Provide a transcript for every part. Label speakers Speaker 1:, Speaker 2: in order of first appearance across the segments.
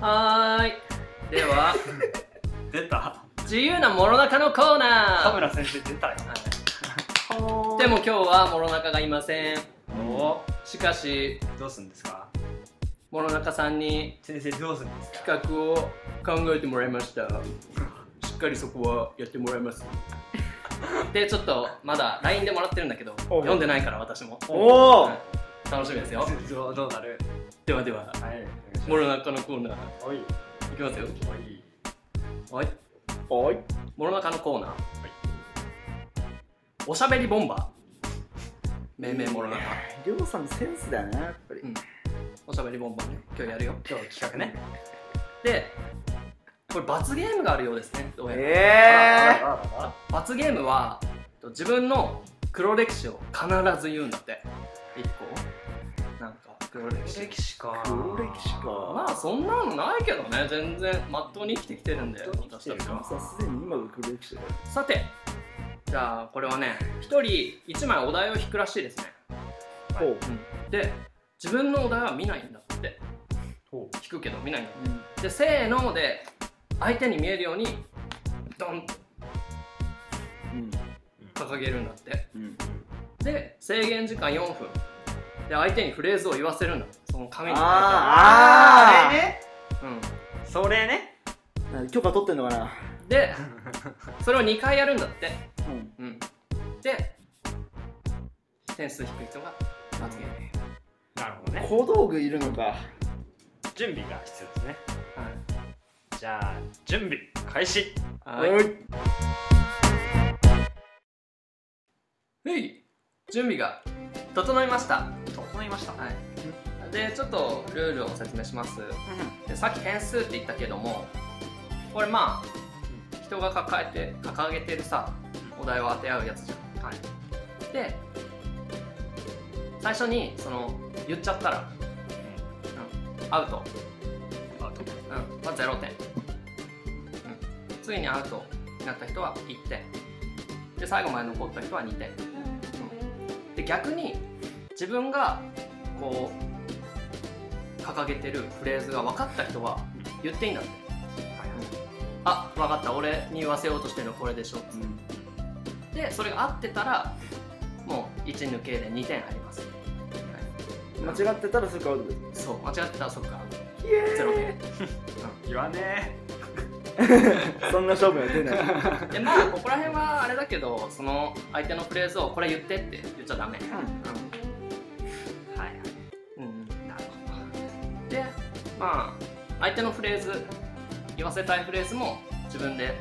Speaker 1: はーい。では、
Speaker 2: 出た
Speaker 1: 自由なもろ中のコー
Speaker 2: 田
Speaker 1: ナー。
Speaker 2: 村先生出たよ
Speaker 1: はい、でも今日はもろ中がいません。
Speaker 2: お
Speaker 1: しかし、
Speaker 2: ーどうすんですか
Speaker 1: もろ中さんに
Speaker 2: 先生どうすんですか
Speaker 1: 企画を考えてもらいました。しっかりそこはやってもらいます。で、ちょっとまだ LINE でもらってるんだけど、
Speaker 2: おう
Speaker 1: 読んでないから私も。
Speaker 2: おー
Speaker 1: はい楽しみですよ。
Speaker 2: どうどうなる
Speaker 1: ではでは、
Speaker 2: はい
Speaker 1: もろ中のコーナー、
Speaker 2: おい
Speaker 1: いきますよ。
Speaker 2: お
Speaker 1: は
Speaker 2: い
Speaker 1: い。
Speaker 2: おい
Speaker 1: もの中のコーナー、おしゃべりボンバーめいめいもの中
Speaker 3: りょうさんのセンスだなやっぱり、
Speaker 1: おしゃべりボンバーね今日やるよ
Speaker 2: 今日企画ね
Speaker 1: でこれ罰ゲームがあるようですねどうやら
Speaker 3: ええ
Speaker 2: あらあらあ
Speaker 1: 罰ゲームは自分の黒歴史を必ず言うんだって一個なんか黒歴
Speaker 2: ら
Speaker 1: 史
Speaker 2: 歴史か
Speaker 3: 黒歴史か
Speaker 1: まあそんなのないけどね全然まっとうに生きてきてるんで
Speaker 2: まっとうに
Speaker 1: 私た
Speaker 2: 生きて
Speaker 1: ち
Speaker 2: る
Speaker 1: は
Speaker 3: さすでに今が黒歴史だよ
Speaker 1: さてじゃあこれはね一人一枚お題を引くらしいですね
Speaker 3: ほう
Speaker 1: で自分のお題は見ないんだって
Speaker 2: ほ
Speaker 1: 聞くけど見ないんだでせーので相手に見えるようにドンと
Speaker 3: うん
Speaker 1: 掲げるんだって
Speaker 3: うん
Speaker 1: で制限時間4分で相手にフレーズを言わせるんだってその紙に書いて
Speaker 3: あーあー
Speaker 2: あれね
Speaker 1: るう
Speaker 2: それね
Speaker 3: なんか許可取ってんのかな、
Speaker 1: んでそれを2回やるんだって
Speaker 3: うん、
Speaker 1: うんで点数低い人が罰ゲーム
Speaker 2: なるほどね
Speaker 3: 小道具いるのか
Speaker 2: 準備が必要ですね
Speaker 1: はい
Speaker 2: じゃあ準備開始
Speaker 1: はい
Speaker 3: お
Speaker 1: はい準備が整いました
Speaker 2: 整いました
Speaker 1: はい、でちょっとルールを説明しますでさっき変数って言ったけどもこれまあ人が抱えて掲げてるさお題を当て合うやつじゃん、はい、で最初にその言っちゃったら、うん、アウト、
Speaker 2: あと
Speaker 1: うんまあ、0点、うん、次にアウトになった人は1点で最後まで残った人は2点で逆に自分がこう掲げてるフレーズが分かった人は言っていいんだって、あ分かった俺に言わせようとしてるのこれでしょでそれが合ってたらもう1抜けで2点入ります、はい、
Speaker 3: 間違ってたらすぐアウトです
Speaker 1: そう間違ってたらそっか
Speaker 3: イエ
Speaker 1: 0点
Speaker 2: 言わね
Speaker 3: ーイそんな勝負は出ない
Speaker 1: でまあここら辺はあれだけどその相手のフレーズをこれ言ってって言っちゃダメ、
Speaker 2: えはい
Speaker 1: うん、
Speaker 2: なる
Speaker 1: でまあ相手のフレーズ言わせたいフレーズも自分で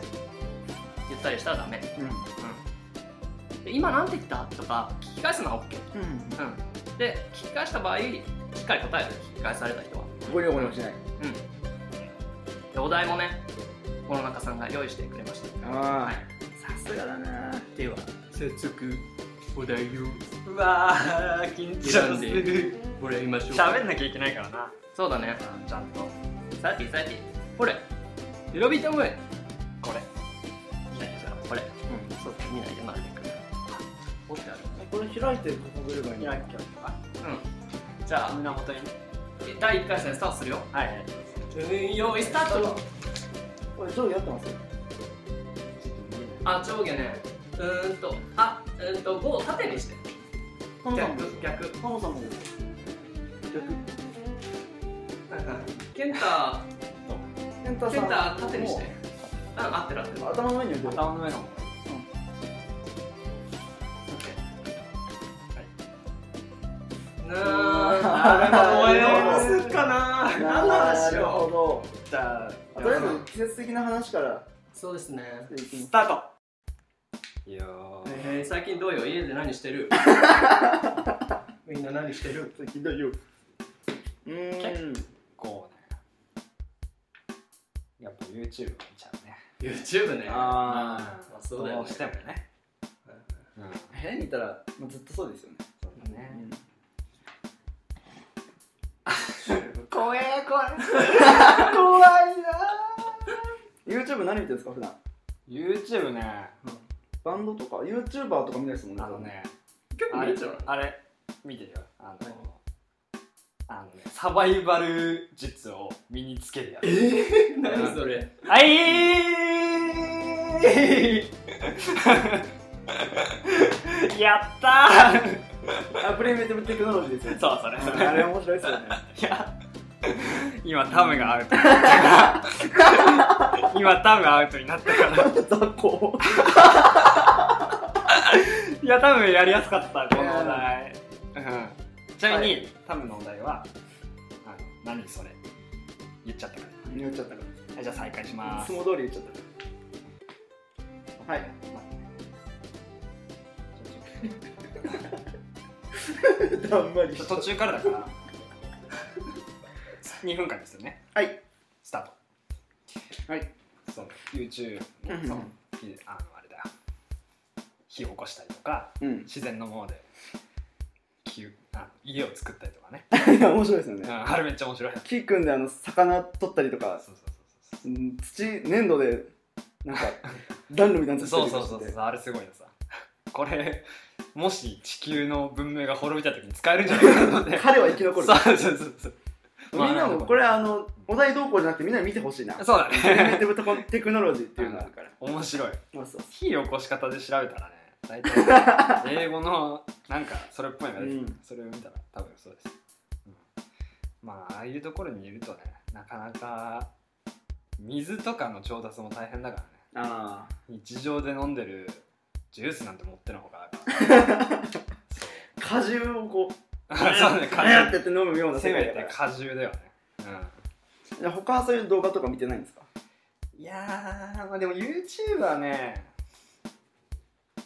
Speaker 1: 言ったりしたらダメ、うん、で今なんて言ったとか聞き返すのは OK、
Speaker 3: うん、うん、
Speaker 1: うん、で聞き返した場合しっかり答える聞き返された人は
Speaker 3: ゴニョゴニョしない
Speaker 1: うんでお題もねこの中さんが用意してくれました
Speaker 3: あ
Speaker 1: はい
Speaker 3: さすがだな
Speaker 1: では早速お題を
Speaker 2: ほどうわー緊張する
Speaker 1: もらいましょう
Speaker 2: 喋んなきゃいけないからな
Speaker 1: そうだね
Speaker 2: うんちゃんと
Speaker 1: さてさてこれ選びたまえ
Speaker 2: これ
Speaker 1: 見ないでこれ、うん、そう見ないでなるべく折ってある
Speaker 3: これ開いてここ来ればいい
Speaker 2: 開きとか
Speaker 1: うんじゃあ
Speaker 2: 胸元にね
Speaker 1: 第1回戦スタートするよ
Speaker 2: はいはい
Speaker 1: 用意スタート
Speaker 3: これ上下合ってます
Speaker 1: あ上下ねうーんとあうーんと5を縦にして
Speaker 3: タ
Speaker 1: 逆逆
Speaker 3: タモさんも
Speaker 1: 健太
Speaker 3: ケンタ
Speaker 1: 健太縦にしてうん合ってる合ってる
Speaker 3: 頭の上に置いてる
Speaker 2: 頭の上の
Speaker 1: な
Speaker 3: あ
Speaker 1: あ
Speaker 3: ー
Speaker 1: ー
Speaker 2: どうすっかな
Speaker 1: 何の話を
Speaker 3: なるほど
Speaker 2: じゃあ
Speaker 3: あとりあえず季節的な話から
Speaker 1: そうですね
Speaker 3: していきま
Speaker 2: スタートいや
Speaker 1: えー、最近どうよ家で何して るみんな何してる
Speaker 3: すひどいようーん
Speaker 2: こうねやっぱ YouTube 見ちゃうね
Speaker 1: YouTube ね
Speaker 3: あ
Speaker 1: まあそうだよね
Speaker 2: どうしてもねうん
Speaker 3: あ部屋にいたらもうずっとそうですよね
Speaker 2: そうだね
Speaker 3: 怖え怖い怖いな YouTube 何見てるんですか普段
Speaker 2: YouTube ね
Speaker 3: バンドとか YouTuber とか見ないですもんね
Speaker 2: あのね
Speaker 1: 結
Speaker 2: あ
Speaker 1: 構
Speaker 2: れ
Speaker 1: 見ちゃう
Speaker 2: あれ見てるよあの、あのねサバイバル術を身につけるやつ
Speaker 1: え何それ
Speaker 2: はいーやったー
Speaker 3: あプレミアムテクノロジーですよ
Speaker 2: そうそれそれ
Speaker 3: あれ面白いですよね
Speaker 2: いや今タムがアウト今タムアウトになったから
Speaker 3: 雑魚
Speaker 2: いやタムやりやすかったこのお題、うん、ちなみに、タムのお題はあの「何それ」言っちゃったか
Speaker 3: 言っちゃったから
Speaker 2: はいじゃあ再開し
Speaker 3: ら
Speaker 2: ま
Speaker 3: い
Speaker 2: す
Speaker 3: つも通り言っちゃったはいだんまり
Speaker 2: ちょ途中からだから2分間ですよね
Speaker 3: はい
Speaker 2: スタート
Speaker 3: はい
Speaker 2: そう YouTube
Speaker 3: うん
Speaker 2: そうひあのあれだ火を起こしたりとか
Speaker 3: うん
Speaker 2: 自然のもので木あ家を作ったりとかね、
Speaker 3: いや面白いですよ
Speaker 2: う
Speaker 3: ね
Speaker 2: ん、あれめっちゃ面白い
Speaker 3: キーくんであの魚取ったりとか
Speaker 2: そうそうそうそう
Speaker 3: うん土粘土でなんか暖炉みたいなの作
Speaker 2: そ
Speaker 3: っ
Speaker 2: う
Speaker 3: てた
Speaker 2: そ
Speaker 3: り
Speaker 2: うそう
Speaker 3: とかして
Speaker 2: そうあれすごいのさこれもし地球の文明が滅びた時に使えるんじゃないかと思 って
Speaker 3: 彼は生き残る
Speaker 2: そうそうそうそう
Speaker 3: みんなもこれあのお題動向じゃなくてみんな見てほしいな
Speaker 2: そうだ
Speaker 3: プレミ
Speaker 2: ね
Speaker 3: アムテクノテクノロジーっていうのが あるから
Speaker 2: 面白い
Speaker 3: そうそう
Speaker 2: 火起こし方で調べたらね大体英語のなんかそれっぽいのが出てくる、
Speaker 3: うん
Speaker 2: それを見たら多分そうです、うんまあああいうところにいるとねなかなか水とかの調達も大変だからね
Speaker 3: ああ
Speaker 2: 日常で飲んでるジュースなんて持ってのほうがそう
Speaker 3: 果汁をこ う
Speaker 2: あ そうね果
Speaker 3: やっ
Speaker 2: 汁
Speaker 3: てやって飲むような
Speaker 2: せ
Speaker 3: 世
Speaker 2: め
Speaker 3: 界だ
Speaker 2: て
Speaker 3: から
Speaker 2: 果汁だよね、
Speaker 3: いや他はそういう動画とか見てないんですか
Speaker 2: うん、いやーまあでも YouTube はね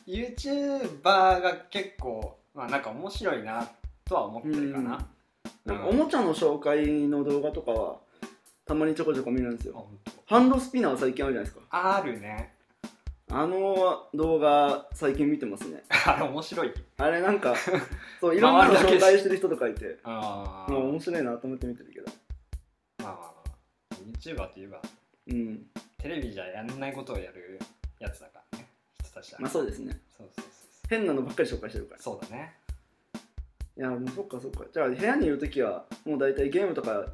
Speaker 2: YouTuber が結構まあなんか面白いなとは思ってるかな、う
Speaker 3: なんんかおもちゃの紹介の動画とかはたまにちょこちょこ見るんです
Speaker 2: あ
Speaker 3: よ
Speaker 2: 本当
Speaker 3: ハンドスピナー最近あるじゃないですか
Speaker 2: あるね
Speaker 3: あの動画最近見てますね
Speaker 2: あれ面白い
Speaker 3: あれ なんかそういろんなの
Speaker 2: 回るだけ
Speaker 3: 紹
Speaker 2: し
Speaker 3: 介してる人とかいて
Speaker 2: あー
Speaker 3: まあ面白いなと思って見てるけど
Speaker 2: まあまあまあ YouTuber といえば
Speaker 3: うん
Speaker 2: テレビじゃやんないことをやるやつだからね人たちは、
Speaker 3: まあそうですね
Speaker 2: そうそうそうそう
Speaker 3: 変なのばっかり紹介してるから
Speaker 2: そうだね。
Speaker 3: いやもうそっかそっかじゃあ部屋にいる時はもう大体ゲームとか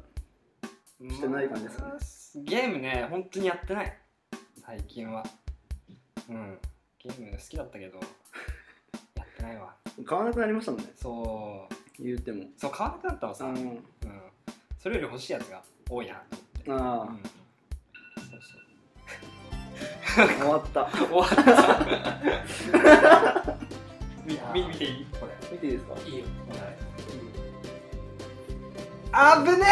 Speaker 3: してない感じですかね
Speaker 2: ね。ゲームね、本当にやってない。最近は。うん。ゲーム好きだったけ ど、やってないわ。
Speaker 3: 買わなくなりましたもんね
Speaker 2: そう。
Speaker 3: 言うても
Speaker 2: そう、買わなくなったのさ。
Speaker 3: あ
Speaker 2: うん。
Speaker 3: の
Speaker 2: それより欲しいやつが多いなと思 って。
Speaker 3: あ
Speaker 2: うん。そう
Speaker 3: あ終わった
Speaker 2: そう。終わった。 みみ見ていいこれ。
Speaker 3: 見ていいですか
Speaker 1: いいよ
Speaker 2: あぶね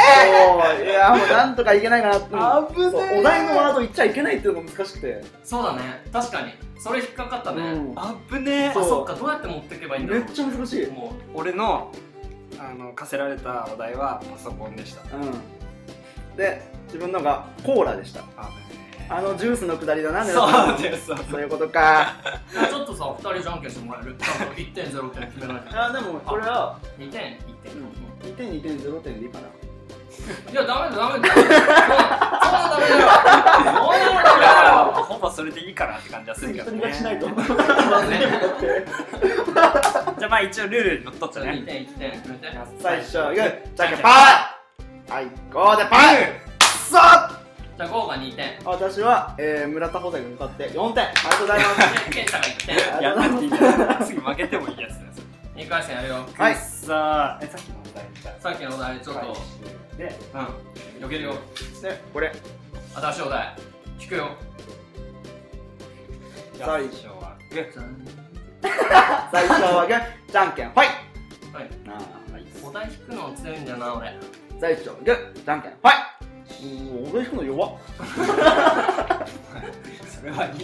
Speaker 3: おーいやもうなんとかいけないかなって
Speaker 2: 危ねえ
Speaker 3: そうお題のワード言っちゃいけないっていうのが難しくて
Speaker 1: そうだね確かにそれ引っかかったね、
Speaker 3: うん
Speaker 2: あぶね
Speaker 1: あ
Speaker 3: そう
Speaker 1: そっかどうやって持っていけばいいんだろう
Speaker 3: めっちゃ難しい
Speaker 1: も
Speaker 2: 俺の、あの、課せられたお題はパソコンでした。
Speaker 3: うんで自分のがコーラでした
Speaker 2: あ
Speaker 3: あのジュースのくだりだな
Speaker 2: そう
Speaker 3: ね
Speaker 2: ですそうです
Speaker 3: そういうことか
Speaker 1: うじゃあちょっとさ二人じゃんけんしてもらえるちゃんと1点0点決めないと
Speaker 3: あでもこれは
Speaker 1: 2点1点、
Speaker 3: うん2点2点0点でいいかない
Speaker 1: やダメだダメだそんなダメだよ そんなのダメ
Speaker 2: いや
Speaker 1: だ
Speaker 2: まあほぼそれでいいかなって感じはする
Speaker 3: 次
Speaker 2: け
Speaker 3: 一
Speaker 2: ど
Speaker 3: 人
Speaker 2: ね。
Speaker 3: 勝ちしないと
Speaker 2: じゃあまあ一応ルールにのっとっちゃ
Speaker 1: よ2
Speaker 2: ね。
Speaker 1: 点1点決めて
Speaker 3: 最初はグーじゃんけん
Speaker 2: じゃんけん
Speaker 3: パーはいこうでパーくそ
Speaker 1: じゃあゴーが2点
Speaker 3: 私は、えー、村田穂先に勝って4点ありがとうございます
Speaker 1: でケンタが1点
Speaker 3: あり
Speaker 2: や
Speaker 3: が
Speaker 2: ん
Speaker 3: とう
Speaker 2: な
Speaker 3: ござい
Speaker 2: く
Speaker 3: ま
Speaker 2: て
Speaker 3: す
Speaker 2: いいじゃん。次負けてもいいやつだよ。
Speaker 1: 2回戦やるよ
Speaker 3: はい
Speaker 2: さあえさっきのお題じゃ
Speaker 1: さっきのお題ちょっと
Speaker 2: あ。で
Speaker 1: うんよけるよ
Speaker 3: でこれ
Speaker 1: 新しいお題聞くよ
Speaker 2: じゃあ最初はグー。
Speaker 3: 最初はグーじゃんけんはい
Speaker 1: はい
Speaker 3: なあ
Speaker 2: はい
Speaker 1: お題引くの強いんだよな俺
Speaker 3: 最初はグーじゃんけんはいうん俺引くの弱っ
Speaker 2: それはいいね。はいはい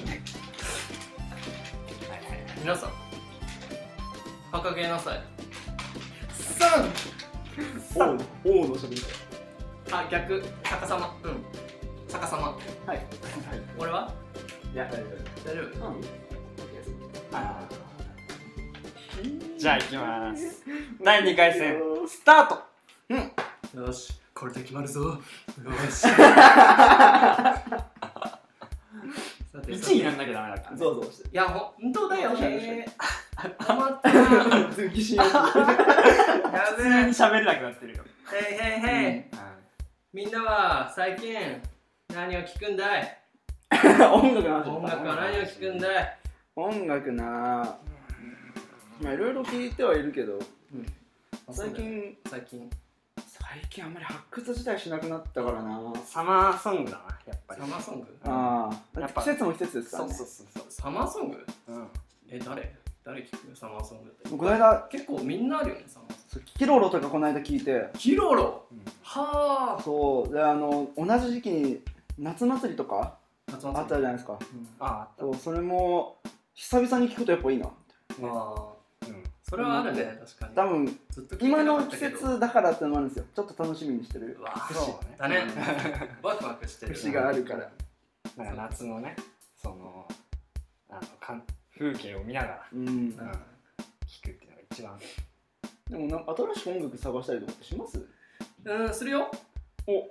Speaker 1: 皆さん掲げなさい
Speaker 3: 王王の喋り
Speaker 1: あ逆逆さまうん逆さま
Speaker 3: 方はい
Speaker 1: 俺はい
Speaker 3: や大丈夫
Speaker 1: 大丈夫
Speaker 3: うん
Speaker 2: あーじゃあ行きます。第二回戦スタート。
Speaker 1: よしこれで決まるぞよしさて
Speaker 2: 一位になんなきゃダメだから。
Speaker 3: ゾワゾワして
Speaker 1: いやほんとだよね困った
Speaker 3: る通気しよう
Speaker 1: や
Speaker 2: 普通に喋れなくなってるよ。
Speaker 1: ヘイヘイヘイ、みんなは最近何を聞くんだい
Speaker 3: 音楽の話だった
Speaker 1: 音楽は何を聞くんだい
Speaker 3: 音楽なまあいろいろ聞いてはいるけど最近
Speaker 1: 最近
Speaker 3: 最近あんまり発掘自体しなくなったからな
Speaker 2: サマーソングだなやっぱり
Speaker 1: サマーソング
Speaker 3: ああ
Speaker 2: やっぱ
Speaker 3: 季節も季節ですか
Speaker 2: そう
Speaker 3: らね
Speaker 2: そうそうそう
Speaker 1: サマーソング
Speaker 2: うん
Speaker 1: え誰誰聞くサマーソングって
Speaker 3: この間
Speaker 1: 結構みんなあるよねサマーソン
Speaker 3: そうキロロとかこの間聞いて
Speaker 1: グキロロ
Speaker 2: うん
Speaker 1: は
Speaker 3: そうであの同じ時期に夏祭りとか
Speaker 1: あ夏
Speaker 3: あったじゃないですか
Speaker 2: あああ
Speaker 3: そ
Speaker 2: っ
Speaker 3: うそれも久々に聞くとやっぱいいな
Speaker 2: たね
Speaker 1: あ
Speaker 2: うん
Speaker 1: それはあるね確
Speaker 3: 多
Speaker 1: かに
Speaker 3: 分
Speaker 1: ずっと聞いて
Speaker 3: 今
Speaker 1: なか
Speaker 3: の
Speaker 1: った
Speaker 3: 季
Speaker 1: けど
Speaker 3: 節だからってのもあるんですよちょっと楽しみにしてる
Speaker 1: うわ
Speaker 2: そうね
Speaker 1: だねワクワクしてる
Speaker 3: 節があるから
Speaker 2: なんか夏のねそのあのかん風景を見ながら
Speaker 3: うん
Speaker 1: うん
Speaker 2: 聴くっていうのが一番
Speaker 3: でもなんか新しく音楽探したりとかってします
Speaker 1: うんするよ
Speaker 2: お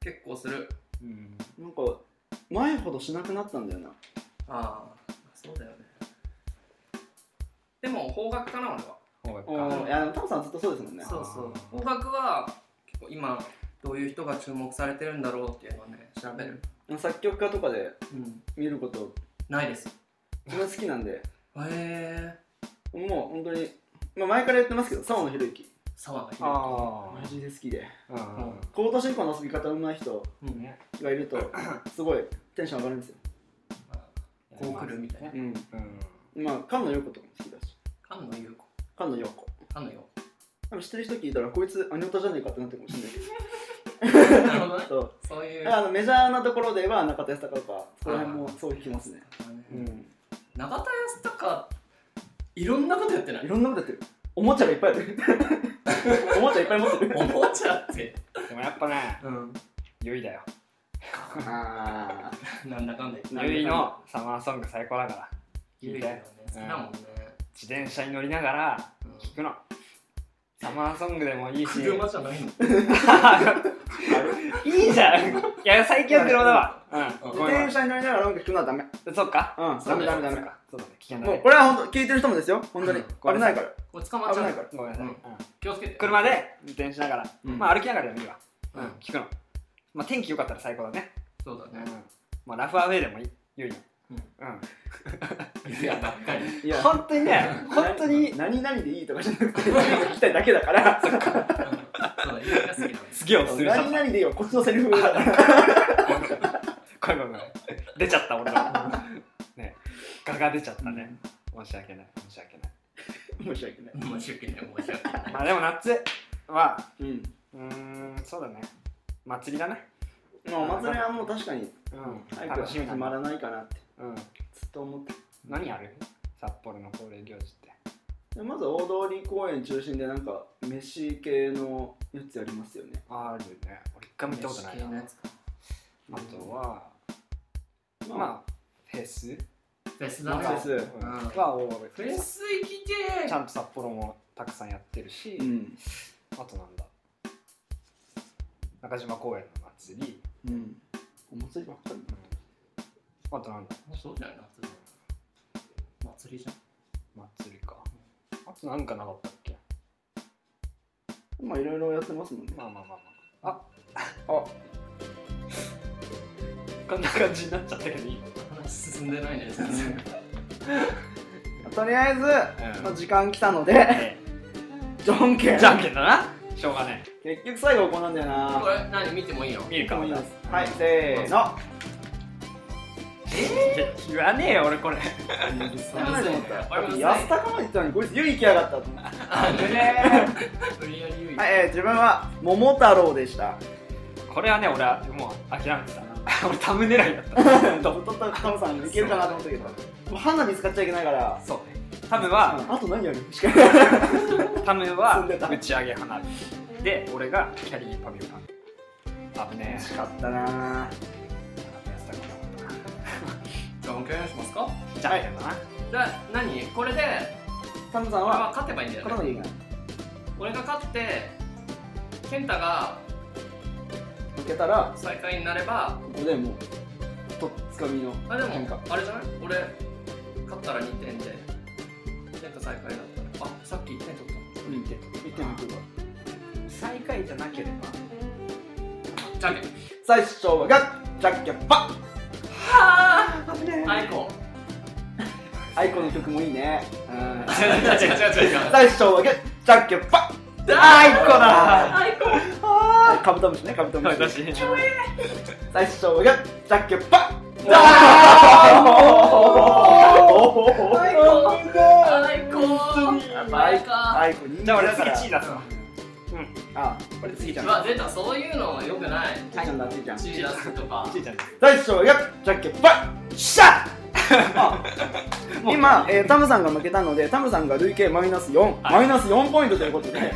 Speaker 1: 結構する
Speaker 2: うん
Speaker 3: なんか前ほどしなくなったんだよな
Speaker 1: ああそうだよねでも邦楽かな俺は
Speaker 2: 方角
Speaker 3: うんいやでもタモさんずっとそうですもんね
Speaker 1: そうそう
Speaker 2: あー
Speaker 1: 邦楽は結構今どういう人が注目されてるんだろうっていうのをね調べる、
Speaker 3: 作曲家とかで
Speaker 1: うん、
Speaker 3: 見ること
Speaker 1: ないですへ
Speaker 3: 自分好きなんで
Speaker 1: え
Speaker 3: もう本当にまあ前から言ってますけど澤野弘之
Speaker 1: 沢田博
Speaker 2: あ
Speaker 3: マジで好きで
Speaker 2: あうん
Speaker 3: コード進行の遊び方上手い人
Speaker 1: 之うん
Speaker 2: ね
Speaker 3: がいる とすごいテンション上がるんですよ
Speaker 1: こう来るみたいな
Speaker 3: うん
Speaker 2: うん
Speaker 3: まあ菅野陽子とかも好きだし
Speaker 1: 菅野優子
Speaker 3: 菅野陽子
Speaker 1: 菅野陽
Speaker 3: 多分知ってる人聞いたらこいつアニオタじゃねえかってなってるかもしれないけ
Speaker 1: 子なるほどね
Speaker 3: ど そう
Speaker 1: そういう
Speaker 3: あのメジャーなところでは中田康隆とかそこら辺もそう聞きますねうん
Speaker 1: 永田康隆いろんなことやってないい
Speaker 3: ろんなことやってるおもちゃがいっぱいあ るおもちゃいっぱい持ってる
Speaker 1: おもちゃって
Speaker 2: でもやっぱね
Speaker 1: うん
Speaker 2: ゆいだよ
Speaker 3: あ
Speaker 1: なんだかんだ言って
Speaker 2: ゆいのサマーソング最高だから
Speaker 1: ゆ
Speaker 2: 聞
Speaker 1: い
Speaker 2: い
Speaker 1: だ
Speaker 2: た
Speaker 1: よ
Speaker 2: よ
Speaker 1: ね好きだもんね、
Speaker 2: 自転車に乗りながら
Speaker 1: うん
Speaker 2: 聴くのサマーソングでもいいし
Speaker 1: 車じゃないの
Speaker 2: いいじゃんいや最近は車だわうん
Speaker 3: 自
Speaker 2: ごめんごめ
Speaker 3: 転車に乗りながら音楽聴くのはダメ
Speaker 2: んそっか
Speaker 3: うんダメダメダメ
Speaker 2: そうだね危険だ
Speaker 3: もう
Speaker 2: ね
Speaker 3: これは本当聞いてる人もですよ本当に
Speaker 2: うん
Speaker 3: 危ないから
Speaker 1: これ捕まっち
Speaker 3: 危
Speaker 1: ゃ
Speaker 3: な
Speaker 1: う
Speaker 3: いから
Speaker 2: ごめんなさい、
Speaker 1: うん
Speaker 2: うん
Speaker 1: 気をつけて
Speaker 2: 車で運転しながら、
Speaker 3: うん
Speaker 2: まあ歩きながらでもいいわ、
Speaker 1: うん
Speaker 2: 聞くの、まあ、天気良かったら最高だね、
Speaker 1: そうだね
Speaker 2: まあ、ラフアウェイでもいいゆいの
Speaker 1: う
Speaker 2: うん、
Speaker 1: いやばっかり
Speaker 3: い
Speaker 2: 本当にね 本当に
Speaker 3: 何々でいいとかじゃなくて 何々が聞きたいだけだから
Speaker 1: そうだ、ゆいが好きなんです。
Speaker 2: すげえおすすめしちゃ
Speaker 3: 何
Speaker 2: った
Speaker 3: 々でいいよこっちのセリフだか
Speaker 2: ごめ
Speaker 3: ら
Speaker 2: んごめんごめん出ちゃった俺のねガが出ちゃったね、申し訳ない申し訳ない
Speaker 3: 申し訳な
Speaker 1: 申
Speaker 3: い
Speaker 1: し訳ない、申し訳ない。
Speaker 2: まあでも夏は
Speaker 3: うん
Speaker 2: うーんそうだね祭りだね
Speaker 3: まあお祭りはもう確かに
Speaker 2: うん
Speaker 3: 早く
Speaker 2: 楽しみ
Speaker 3: 始
Speaker 2: だ
Speaker 3: ま
Speaker 2: な
Speaker 3: らないかなって
Speaker 2: うん
Speaker 3: ずっと思って
Speaker 2: 何やる札幌の恒例行事って
Speaker 3: でまず大通公園中心でなんか飯系のやつやりますよね
Speaker 2: あるね俺一回も見たことないなあとは、まあ、フェス
Speaker 1: フェスだ
Speaker 3: ま
Speaker 1: ね。
Speaker 3: あフェス
Speaker 2: うん
Speaker 1: うん
Speaker 2: は多い
Speaker 1: フェス行きて
Speaker 2: ちゃんと札幌もたくさんやってるし、
Speaker 3: うん
Speaker 2: あとなんだ、中島公園の祭り、
Speaker 3: うんお祭りばっかり
Speaker 2: あとなんだ、
Speaker 1: ー。そうじゃない、夏。祭りじゃん。
Speaker 2: 祭りか。あとなんかなかったっけ
Speaker 3: まあいろいろやってますもんね
Speaker 2: まあまあまあまあ。あ
Speaker 3: あ
Speaker 2: こんな感じになっちゃったけどいい。
Speaker 1: 話進んでないね、全然。
Speaker 3: とりあえず、
Speaker 2: うん
Speaker 3: まあ、時間来たのでじゃんけん
Speaker 2: じゃんけんだな。しょうがない。
Speaker 3: 結局最後こうなんだよな
Speaker 1: これ、何見てもいいの
Speaker 2: 見るか。
Speaker 3: もういいですはいせーの
Speaker 2: 言わねえよ、 俺これ。
Speaker 1: 俺もそう
Speaker 3: 安高まで言ったのにこいつゆい行きやがったと思って
Speaker 1: あ、
Speaker 3: 危
Speaker 1: ね。
Speaker 3: ねえ
Speaker 1: 無理やり言うよ
Speaker 3: はい、えー自分は桃太郎でした
Speaker 2: これはね、俺はもう諦めて た。俺タム狙いだった。
Speaker 3: ずっ とタモさんいけるかなと思ったけどもう花見つかっちゃいけないから
Speaker 2: そうね。タムは、
Speaker 3: あと何やるしかない
Speaker 2: タム
Speaker 3: 積
Speaker 2: は
Speaker 3: んでた
Speaker 2: 打ち上げ花火で、俺がキャリーパビオン。危ねえ。
Speaker 3: しかったな
Speaker 1: じゃあ、もう一回お願いしますか。
Speaker 2: じゃあ、やだな。
Speaker 1: じゃあ、何これで、
Speaker 3: タムさん
Speaker 1: 俺は
Speaker 3: は
Speaker 1: 勝てばいいんだよ
Speaker 3: 勝た
Speaker 1: ね。
Speaker 3: なきゃいけない
Speaker 1: 俺が勝って、健太が
Speaker 3: 負けたら
Speaker 1: 最下位になれば、
Speaker 3: ここでもうとっつかみの
Speaker 1: あでも
Speaker 3: 変化
Speaker 1: あれじゃない俺勝ったら2点で点と最下位だったらあさっき1点取ったの
Speaker 3: うん1点1点抜けば
Speaker 1: す
Speaker 3: 最下位じゃなければ
Speaker 1: じゃんけん
Speaker 3: 最初はガッじゃんけんパ
Speaker 1: は
Speaker 3: ッ危ね
Speaker 1: あアイコ
Speaker 3: アイコンの曲もいいねう
Speaker 1: ン
Speaker 3: ん
Speaker 1: 違う違う違う違う
Speaker 3: 最初はグッじゃんけんパッ
Speaker 1: あ
Speaker 3: アイコだ
Speaker 1: アイコン
Speaker 3: あーカブトムシねカブトムシ
Speaker 2: 私
Speaker 3: 最初はグッじゃんけんパッ
Speaker 2: あ
Speaker 3: おー
Speaker 1: アイコ
Speaker 3: 危ない
Speaker 1: アイコンやっぱアイか
Speaker 3: アイコン
Speaker 2: じゃあ俺次1位
Speaker 3: だ
Speaker 2: 出すわ
Speaker 3: あ俺次ちゃん
Speaker 1: うわ出たそういうのはよくない
Speaker 3: ちいちゃんだちいちゃん
Speaker 1: チーラスとか
Speaker 2: ちいちゃんで
Speaker 3: 最初はグッじゃんけんパッしゃあ
Speaker 2: もう
Speaker 3: 今、えータムさんが負けたのでタムさんが累計マイナス4、
Speaker 2: はい
Speaker 3: マイナス4ポイントということで
Speaker 2: はい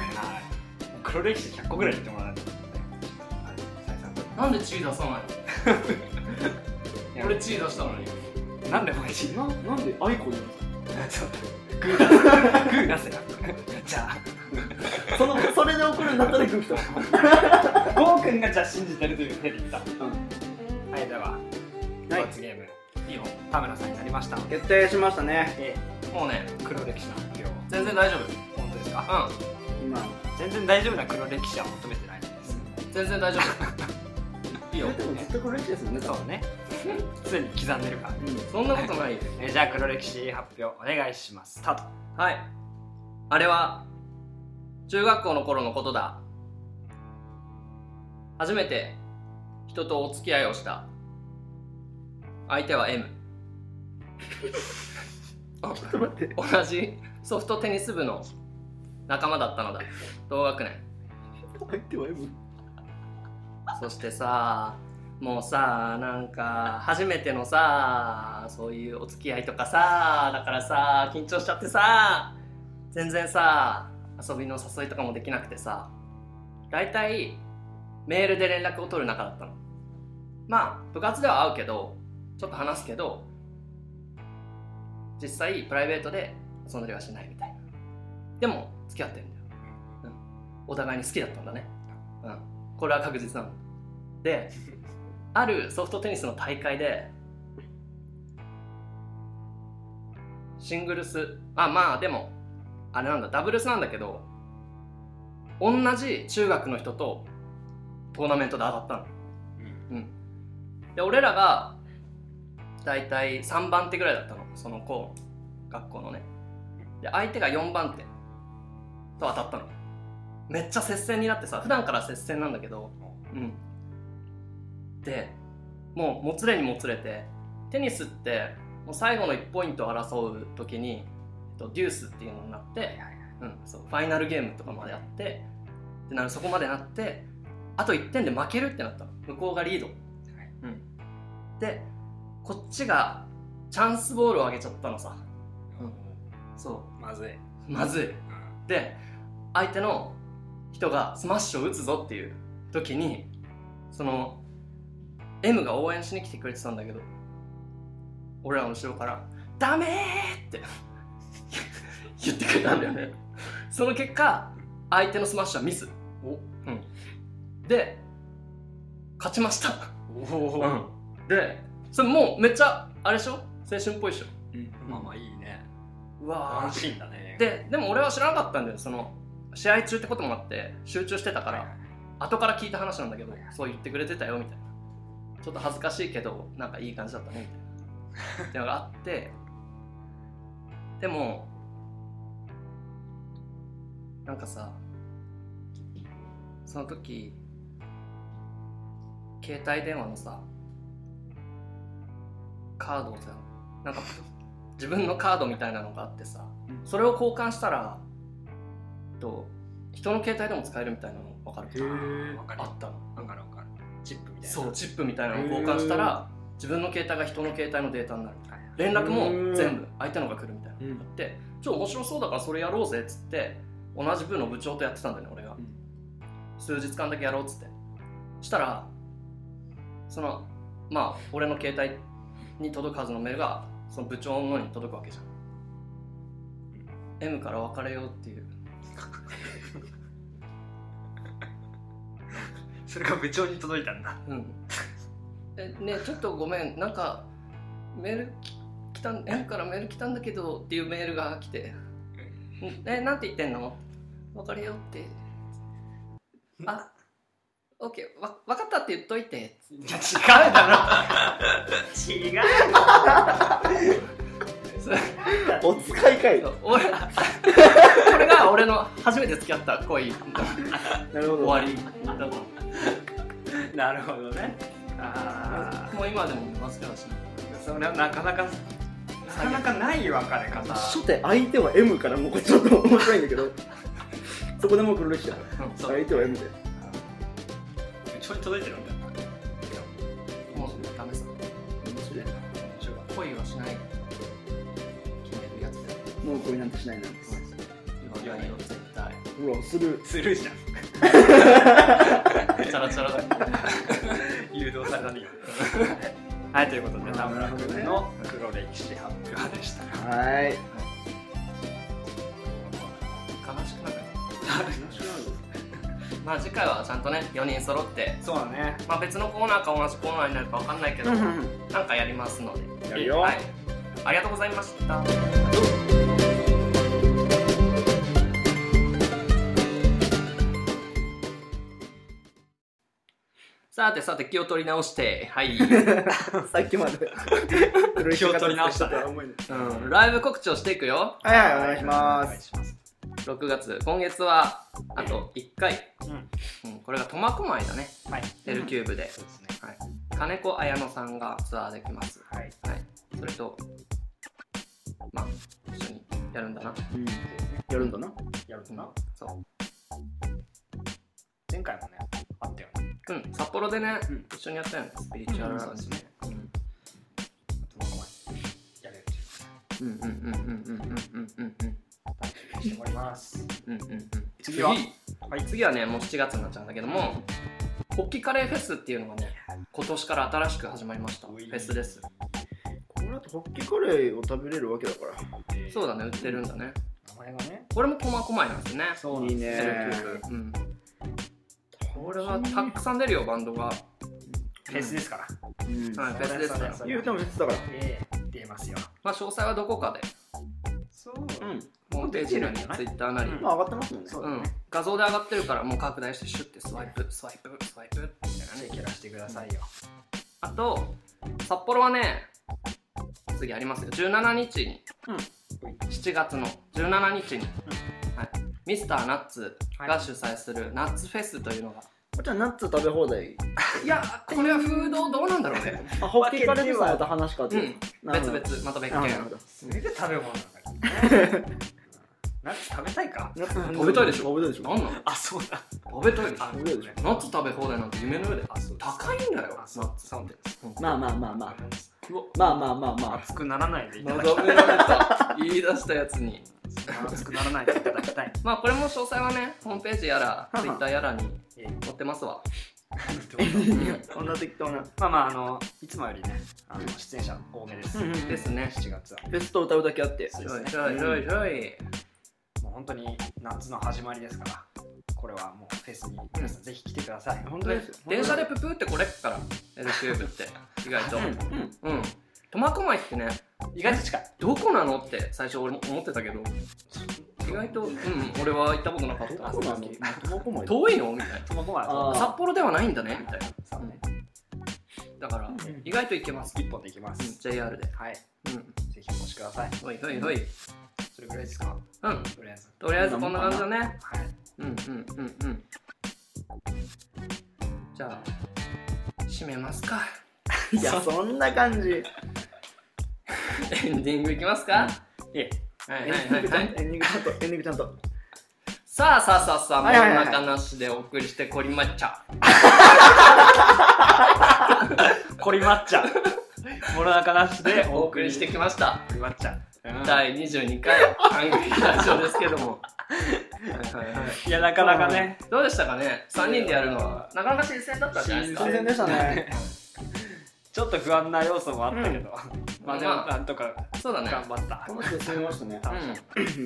Speaker 2: 黒歴史100個ぐらい言ってもらわないとはい再三と
Speaker 1: なんでチー出さないの俺チー出したのに
Speaker 2: なんでもいいし
Speaker 3: ななんでアイコンなんです
Speaker 2: ちょっとグー出せグー出せじゃ
Speaker 3: かそのそれで怒るんだったらグー来た
Speaker 2: あ ゴーくんがじゃあ信じてるという手で言った
Speaker 3: うん
Speaker 2: はいでは
Speaker 3: はい
Speaker 2: 罰ゲーム
Speaker 1: いいよ
Speaker 2: 田村さんになりましたので
Speaker 3: 決定しましたね
Speaker 1: もうね
Speaker 2: 黒歴史の発表を
Speaker 1: 全然大丈
Speaker 2: 本当ですか
Speaker 1: 夫
Speaker 3: 今
Speaker 2: 全然大丈夫な黒歴史は求めてないんです
Speaker 1: うん全然大丈夫いいよ
Speaker 3: でもずっとこれですもんね
Speaker 2: そうね 常に刻んでるから
Speaker 3: うん
Speaker 1: そんなことないよ
Speaker 2: えーじゃあ黒歴史発表お願いしますスタート
Speaker 1: はいあれは中学校の頃のことだ初めて人とお付き合いをした相手は M
Speaker 3: ちょっと待って
Speaker 1: 同じソフトテニス部の仲間だったのだ同学年
Speaker 3: 相手は M
Speaker 1: そしてさもうさなんか初めてのさそういうお付き合いとかさだからさ緊張しちゃってさ全然さ遊びの誘いとかもできなくてさ大体メールで連絡を取る仲だったのまあ部活では会うけどちょっと話すけど実際プライベートで遊んだりはしないみたいなでも付き合ってるんだよ、うん、お互いに好きだったんだね、うん、これは確実なのであるソフトテニスの大会でシングルスあまあでもあれなんだダブルスなんだけど同じ中学の人とトーナメントで当たったので俺らが大体3番手ぐらいだったのその子学校のねで相手が4番手と当たったのめっちゃ接戦になってさ普段から接戦なんだけどうんでもうもつれにもつれてテニスってもう最後の1ポイントを争う時にえっとデュースっていうのになって、うん、そうファイナルゲームとかまであってでなるそこまでなってあと1点で負けるってなったの向こうがリードでこっちがチャンスボールを上げちゃったのさそ
Speaker 2: まずい、
Speaker 1: うまずいで相手の人がスマッシュを打つぞっていう時にその M が応援しに来てくれてたんだけど俺らの後ろから「ダメー!」って 言ってくれたんだよねその結果相手のスマッシュはミスうん、で勝ちました
Speaker 2: おお、
Speaker 1: でそれもうめっちゃあれでしょ青春っぽいでしょ
Speaker 2: まあまあいいね
Speaker 1: うわ
Speaker 2: 安心だね
Speaker 1: ででも俺は知らなかったんだよその試合中ってこともあって集中してたから、後から聞いた話なんだけどそう言ってくれてたよみたいなちょっと恥ずかしいけどなんかいい感じだったねみたいなってのがあってでもなんかさその時携帯電話のさカードをさなんか自分のカードみたいなのがあってさ、
Speaker 3: うん
Speaker 1: それを交換したらえっと人の携帯でも使えるみたいなの分かる
Speaker 2: えわかる
Speaker 1: あったの
Speaker 2: わかるわかるチップみたいな
Speaker 1: そうチップみたいなのを交換したら自分の携帯が人の携帯のデータになる
Speaker 2: はいはい
Speaker 1: 連絡
Speaker 3: うん
Speaker 1: も全部相手のが来るみたいな
Speaker 3: うん
Speaker 1: あってちょ面白そうだからそれやろうぜっつって同じ部の部長とやってたんだよね俺が、
Speaker 3: うん
Speaker 1: 数日間だけやろうっつってしたらそのまあ俺の携帯に届くはずのメールがその部長のに届くわけじゃん、M から別れようっていう
Speaker 2: それが部長に届いたんだ
Speaker 1: うん、えねちょっとごめんなんかメールき来たん M からメール来たんだけどっていうメールが来て「うんえなんて言ってんの別れよう」ってあ OK わ分かったって言っといて
Speaker 2: いや違うだろ違う
Speaker 1: そう
Speaker 3: お使いかい
Speaker 1: そう俺これが俺の初めて付き合った恋の
Speaker 3: なるほ
Speaker 1: 終
Speaker 3: ど
Speaker 1: わりだと思
Speaker 2: なるほどねあ
Speaker 1: うもう今でも忘れはしない
Speaker 2: あそれはなかなかなかなかない別れ方
Speaker 3: 初手相手は M からもうこれちょっと面白いんだけど そこでもう黒歴史だから
Speaker 1: うんそう
Speaker 3: 相手は M で
Speaker 2: ちょい届いてるんだよ
Speaker 1: もうダメさ恋はしない決めるやつだよ
Speaker 3: もう恋なんてしないなんて
Speaker 1: 言わないよ絶対
Speaker 3: ほらする
Speaker 2: するじゃん
Speaker 1: チャラチャラだ
Speaker 2: 誘導されたね今 はいということで田村君の黒歴史発表でした
Speaker 3: はーい
Speaker 1: 悲しくなるまあ次回はちゃんとね4人揃って
Speaker 2: そうだね
Speaker 1: まあ別のコーナーか同じコーナーになるかわかんないけどなんかやりますので
Speaker 3: やるよ
Speaker 1: はい、ありがとうございましたさてさて気を取り直してはい、
Speaker 3: さっきまで
Speaker 2: 気を取り直したね
Speaker 3: とは思えない
Speaker 1: うん、ライブ告知をしていくよ
Speaker 3: はいはいお願いしま
Speaker 2: お願い
Speaker 3: す
Speaker 2: します
Speaker 1: 6月今月はあと1回、
Speaker 2: うん
Speaker 1: うん、これが苫小牧だね
Speaker 2: はい
Speaker 1: L キューブで
Speaker 2: そうですね
Speaker 1: 金子綾乃さんがツアーできます
Speaker 2: はい
Speaker 1: はい、それと、まあ、一緒にやるんだな。
Speaker 3: うんやるんだな
Speaker 2: やる
Speaker 1: う
Speaker 2: と
Speaker 1: ん
Speaker 2: な、
Speaker 1: そ
Speaker 2: 前回もねあったよね
Speaker 1: う。うん、札幌でね、
Speaker 2: うん
Speaker 1: 一緒にやったよね、スピリチュアルラウンジね。
Speaker 2: 苫小牧やれるって
Speaker 1: う
Speaker 2: いう
Speaker 1: んうんうんうんうんうんうんうん
Speaker 2: ことにしております
Speaker 1: うんうんうん
Speaker 2: 次は
Speaker 1: はい、次はね、もう7月になっちゃうんだけども、ホッキカレーフェスっていうのがね、今年から新しく始まりました。フ
Speaker 2: おい
Speaker 1: ェスです。
Speaker 3: これだとホッキカレーを食べれるわけだから
Speaker 1: そうだね、売ってるんだね。
Speaker 2: 名前がね
Speaker 1: これも苫小牧なんですよね。
Speaker 2: そ
Speaker 3: いいね
Speaker 1: うん。これはたくさん出るよ、バンドが。
Speaker 2: フェスですから
Speaker 3: うん
Speaker 1: はい、フェスですから。
Speaker 3: 言うても別だから
Speaker 2: ええ出ますよ
Speaker 1: まあ、詳細はどこかで
Speaker 2: そう
Speaker 1: ホームページなり、ツイッターなり、
Speaker 3: まあ上がってますもんね
Speaker 2: そう
Speaker 1: う
Speaker 2: だ
Speaker 1: ん
Speaker 2: ね、
Speaker 1: 画像で上がってるから、もう拡大して、シュッてスワイプ、スワイプ、スワイプみたいな
Speaker 2: チェ
Speaker 1: ね。
Speaker 2: ケラしてくださいよ
Speaker 1: あと、札幌はね、次ありますよ、17日に、
Speaker 3: うん
Speaker 1: 7月の17日に、はい、ミスターナッツ
Speaker 2: は
Speaker 1: が
Speaker 2: い
Speaker 1: 主催するナッツフェスというのが、
Speaker 3: こっちはナッツ食べ放題
Speaker 1: い、や、これは風土どうなんだろうね。
Speaker 3: あホッキカレーですまた話かっ
Speaker 1: う
Speaker 3: て
Speaker 1: ん、別々、また別
Speaker 3: あなる
Speaker 1: 件
Speaker 3: ほ。ど
Speaker 2: すぐ食べ物なんだけどねナッツ食べたいか
Speaker 3: ナッツ
Speaker 1: 食べたいでしょ
Speaker 3: 食べたいでし
Speaker 1: なんなの
Speaker 2: あそうだ
Speaker 1: 食べたいでしょ
Speaker 2: あ
Speaker 3: 食べたいでしょ
Speaker 1: ナッツ食べ放題なんて夢の上で。
Speaker 2: あそうです
Speaker 1: 高いんだよ、ナ
Speaker 2: あそう
Speaker 1: ッツなんて。
Speaker 3: まあまあまあまあ
Speaker 1: うわ
Speaker 3: まあまあまあまあ
Speaker 2: 熱くならないでいただき
Speaker 1: 望められた言い出したやつに
Speaker 2: たい熱くならないでいただきたい
Speaker 1: まあこれも詳細はねホームページやら
Speaker 3: うん
Speaker 1: Twitter やらに
Speaker 2: ええ
Speaker 1: 載ってますわ
Speaker 2: うん
Speaker 3: こんな適当な
Speaker 2: まあまああのいつもよりねあの出演者多めです
Speaker 3: うんうん
Speaker 1: ですね
Speaker 2: 7月は
Speaker 3: ベストを歌うだけあって
Speaker 1: ち
Speaker 2: そう
Speaker 1: ょい
Speaker 2: で
Speaker 1: ち
Speaker 2: す
Speaker 1: ょいちょいちょい
Speaker 2: もう本当に夏の始まりですからこれはもうフェスに皆さんぜひ来てください
Speaker 3: 本
Speaker 1: ね電車でププーってこれっから L キューブって意外と
Speaker 3: うんうん
Speaker 1: うん苫小牧ってね
Speaker 2: 意外と近い
Speaker 1: どこなのって最初俺も思ってたけど意外とうん俺は行ったことなかっ
Speaker 3: ど
Speaker 1: た
Speaker 3: こなの苫小牧
Speaker 1: 遠いのみたいな
Speaker 2: 苫小牧
Speaker 3: あー
Speaker 1: 札幌ではないんだねみたいな
Speaker 2: そうね
Speaker 1: だから
Speaker 3: うん
Speaker 1: 意外と行けます
Speaker 2: 一本で行きま
Speaker 1: うん
Speaker 2: す
Speaker 1: JR で
Speaker 2: はい
Speaker 1: うん
Speaker 2: ぜひお越しください
Speaker 1: ほいほいほい
Speaker 2: それぐらいですか
Speaker 1: うん
Speaker 2: とりあえず
Speaker 1: とりあえずこんな感じだね
Speaker 2: はい
Speaker 1: うんうんうんうんじゃあ締めますか
Speaker 3: いやそんな感じ
Speaker 1: エンディングいきますか、
Speaker 2: いえ
Speaker 1: はい
Speaker 3: エ
Speaker 1: は
Speaker 3: ンディン
Speaker 1: いは
Speaker 3: グちゃ
Speaker 1: い
Speaker 3: ん
Speaker 1: はい
Speaker 3: とエンディングちゃんとエンディングちゃんと
Speaker 1: さあさあさあさあ
Speaker 3: はいはいはい
Speaker 1: 真ん中なしでお送りしてこりまっちゃ
Speaker 2: コリマッチャモロナカなしで
Speaker 1: お送りしてきました
Speaker 2: コリマッチャ、
Speaker 1: 第22回番組ラジオですけどもはいはいはい
Speaker 2: いやなかなかね
Speaker 1: どうでしたかね3人でやるのはなかなか新鮮だったんじゃないですか
Speaker 3: 新鮮でしたね
Speaker 2: ちょっと不安な要素もあったけど、まあでも
Speaker 1: まあ
Speaker 2: なんとか
Speaker 1: そうだね
Speaker 2: 頑張った、
Speaker 3: 楽しく進みましたね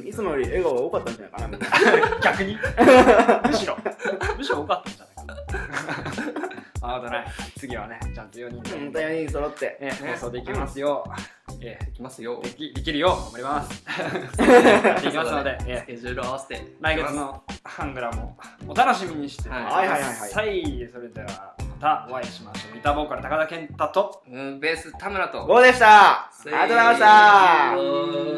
Speaker 1: う
Speaker 3: いつもより笑顔が多かったんじゃないかなみんな
Speaker 2: 逆にむしろむしろ多かったんじゃない かなあなたね次はねちゃんと4人で、
Speaker 3: うんまた4人揃って
Speaker 2: ね、放送できますよう、え
Speaker 1: できますよ
Speaker 2: えできできるよう頑張り ます。
Speaker 1: や
Speaker 2: できますので、ええ
Speaker 1: スケジュール合わせて
Speaker 2: 来月のハングラもお楽しみにしてくださ
Speaker 1: はい
Speaker 3: はいはいはい
Speaker 2: い。それではまたお会いしましょう。ギターボーカル高田健太と
Speaker 1: うんベース田村と
Speaker 3: ゴーでしたありがとうございました
Speaker 1: せーの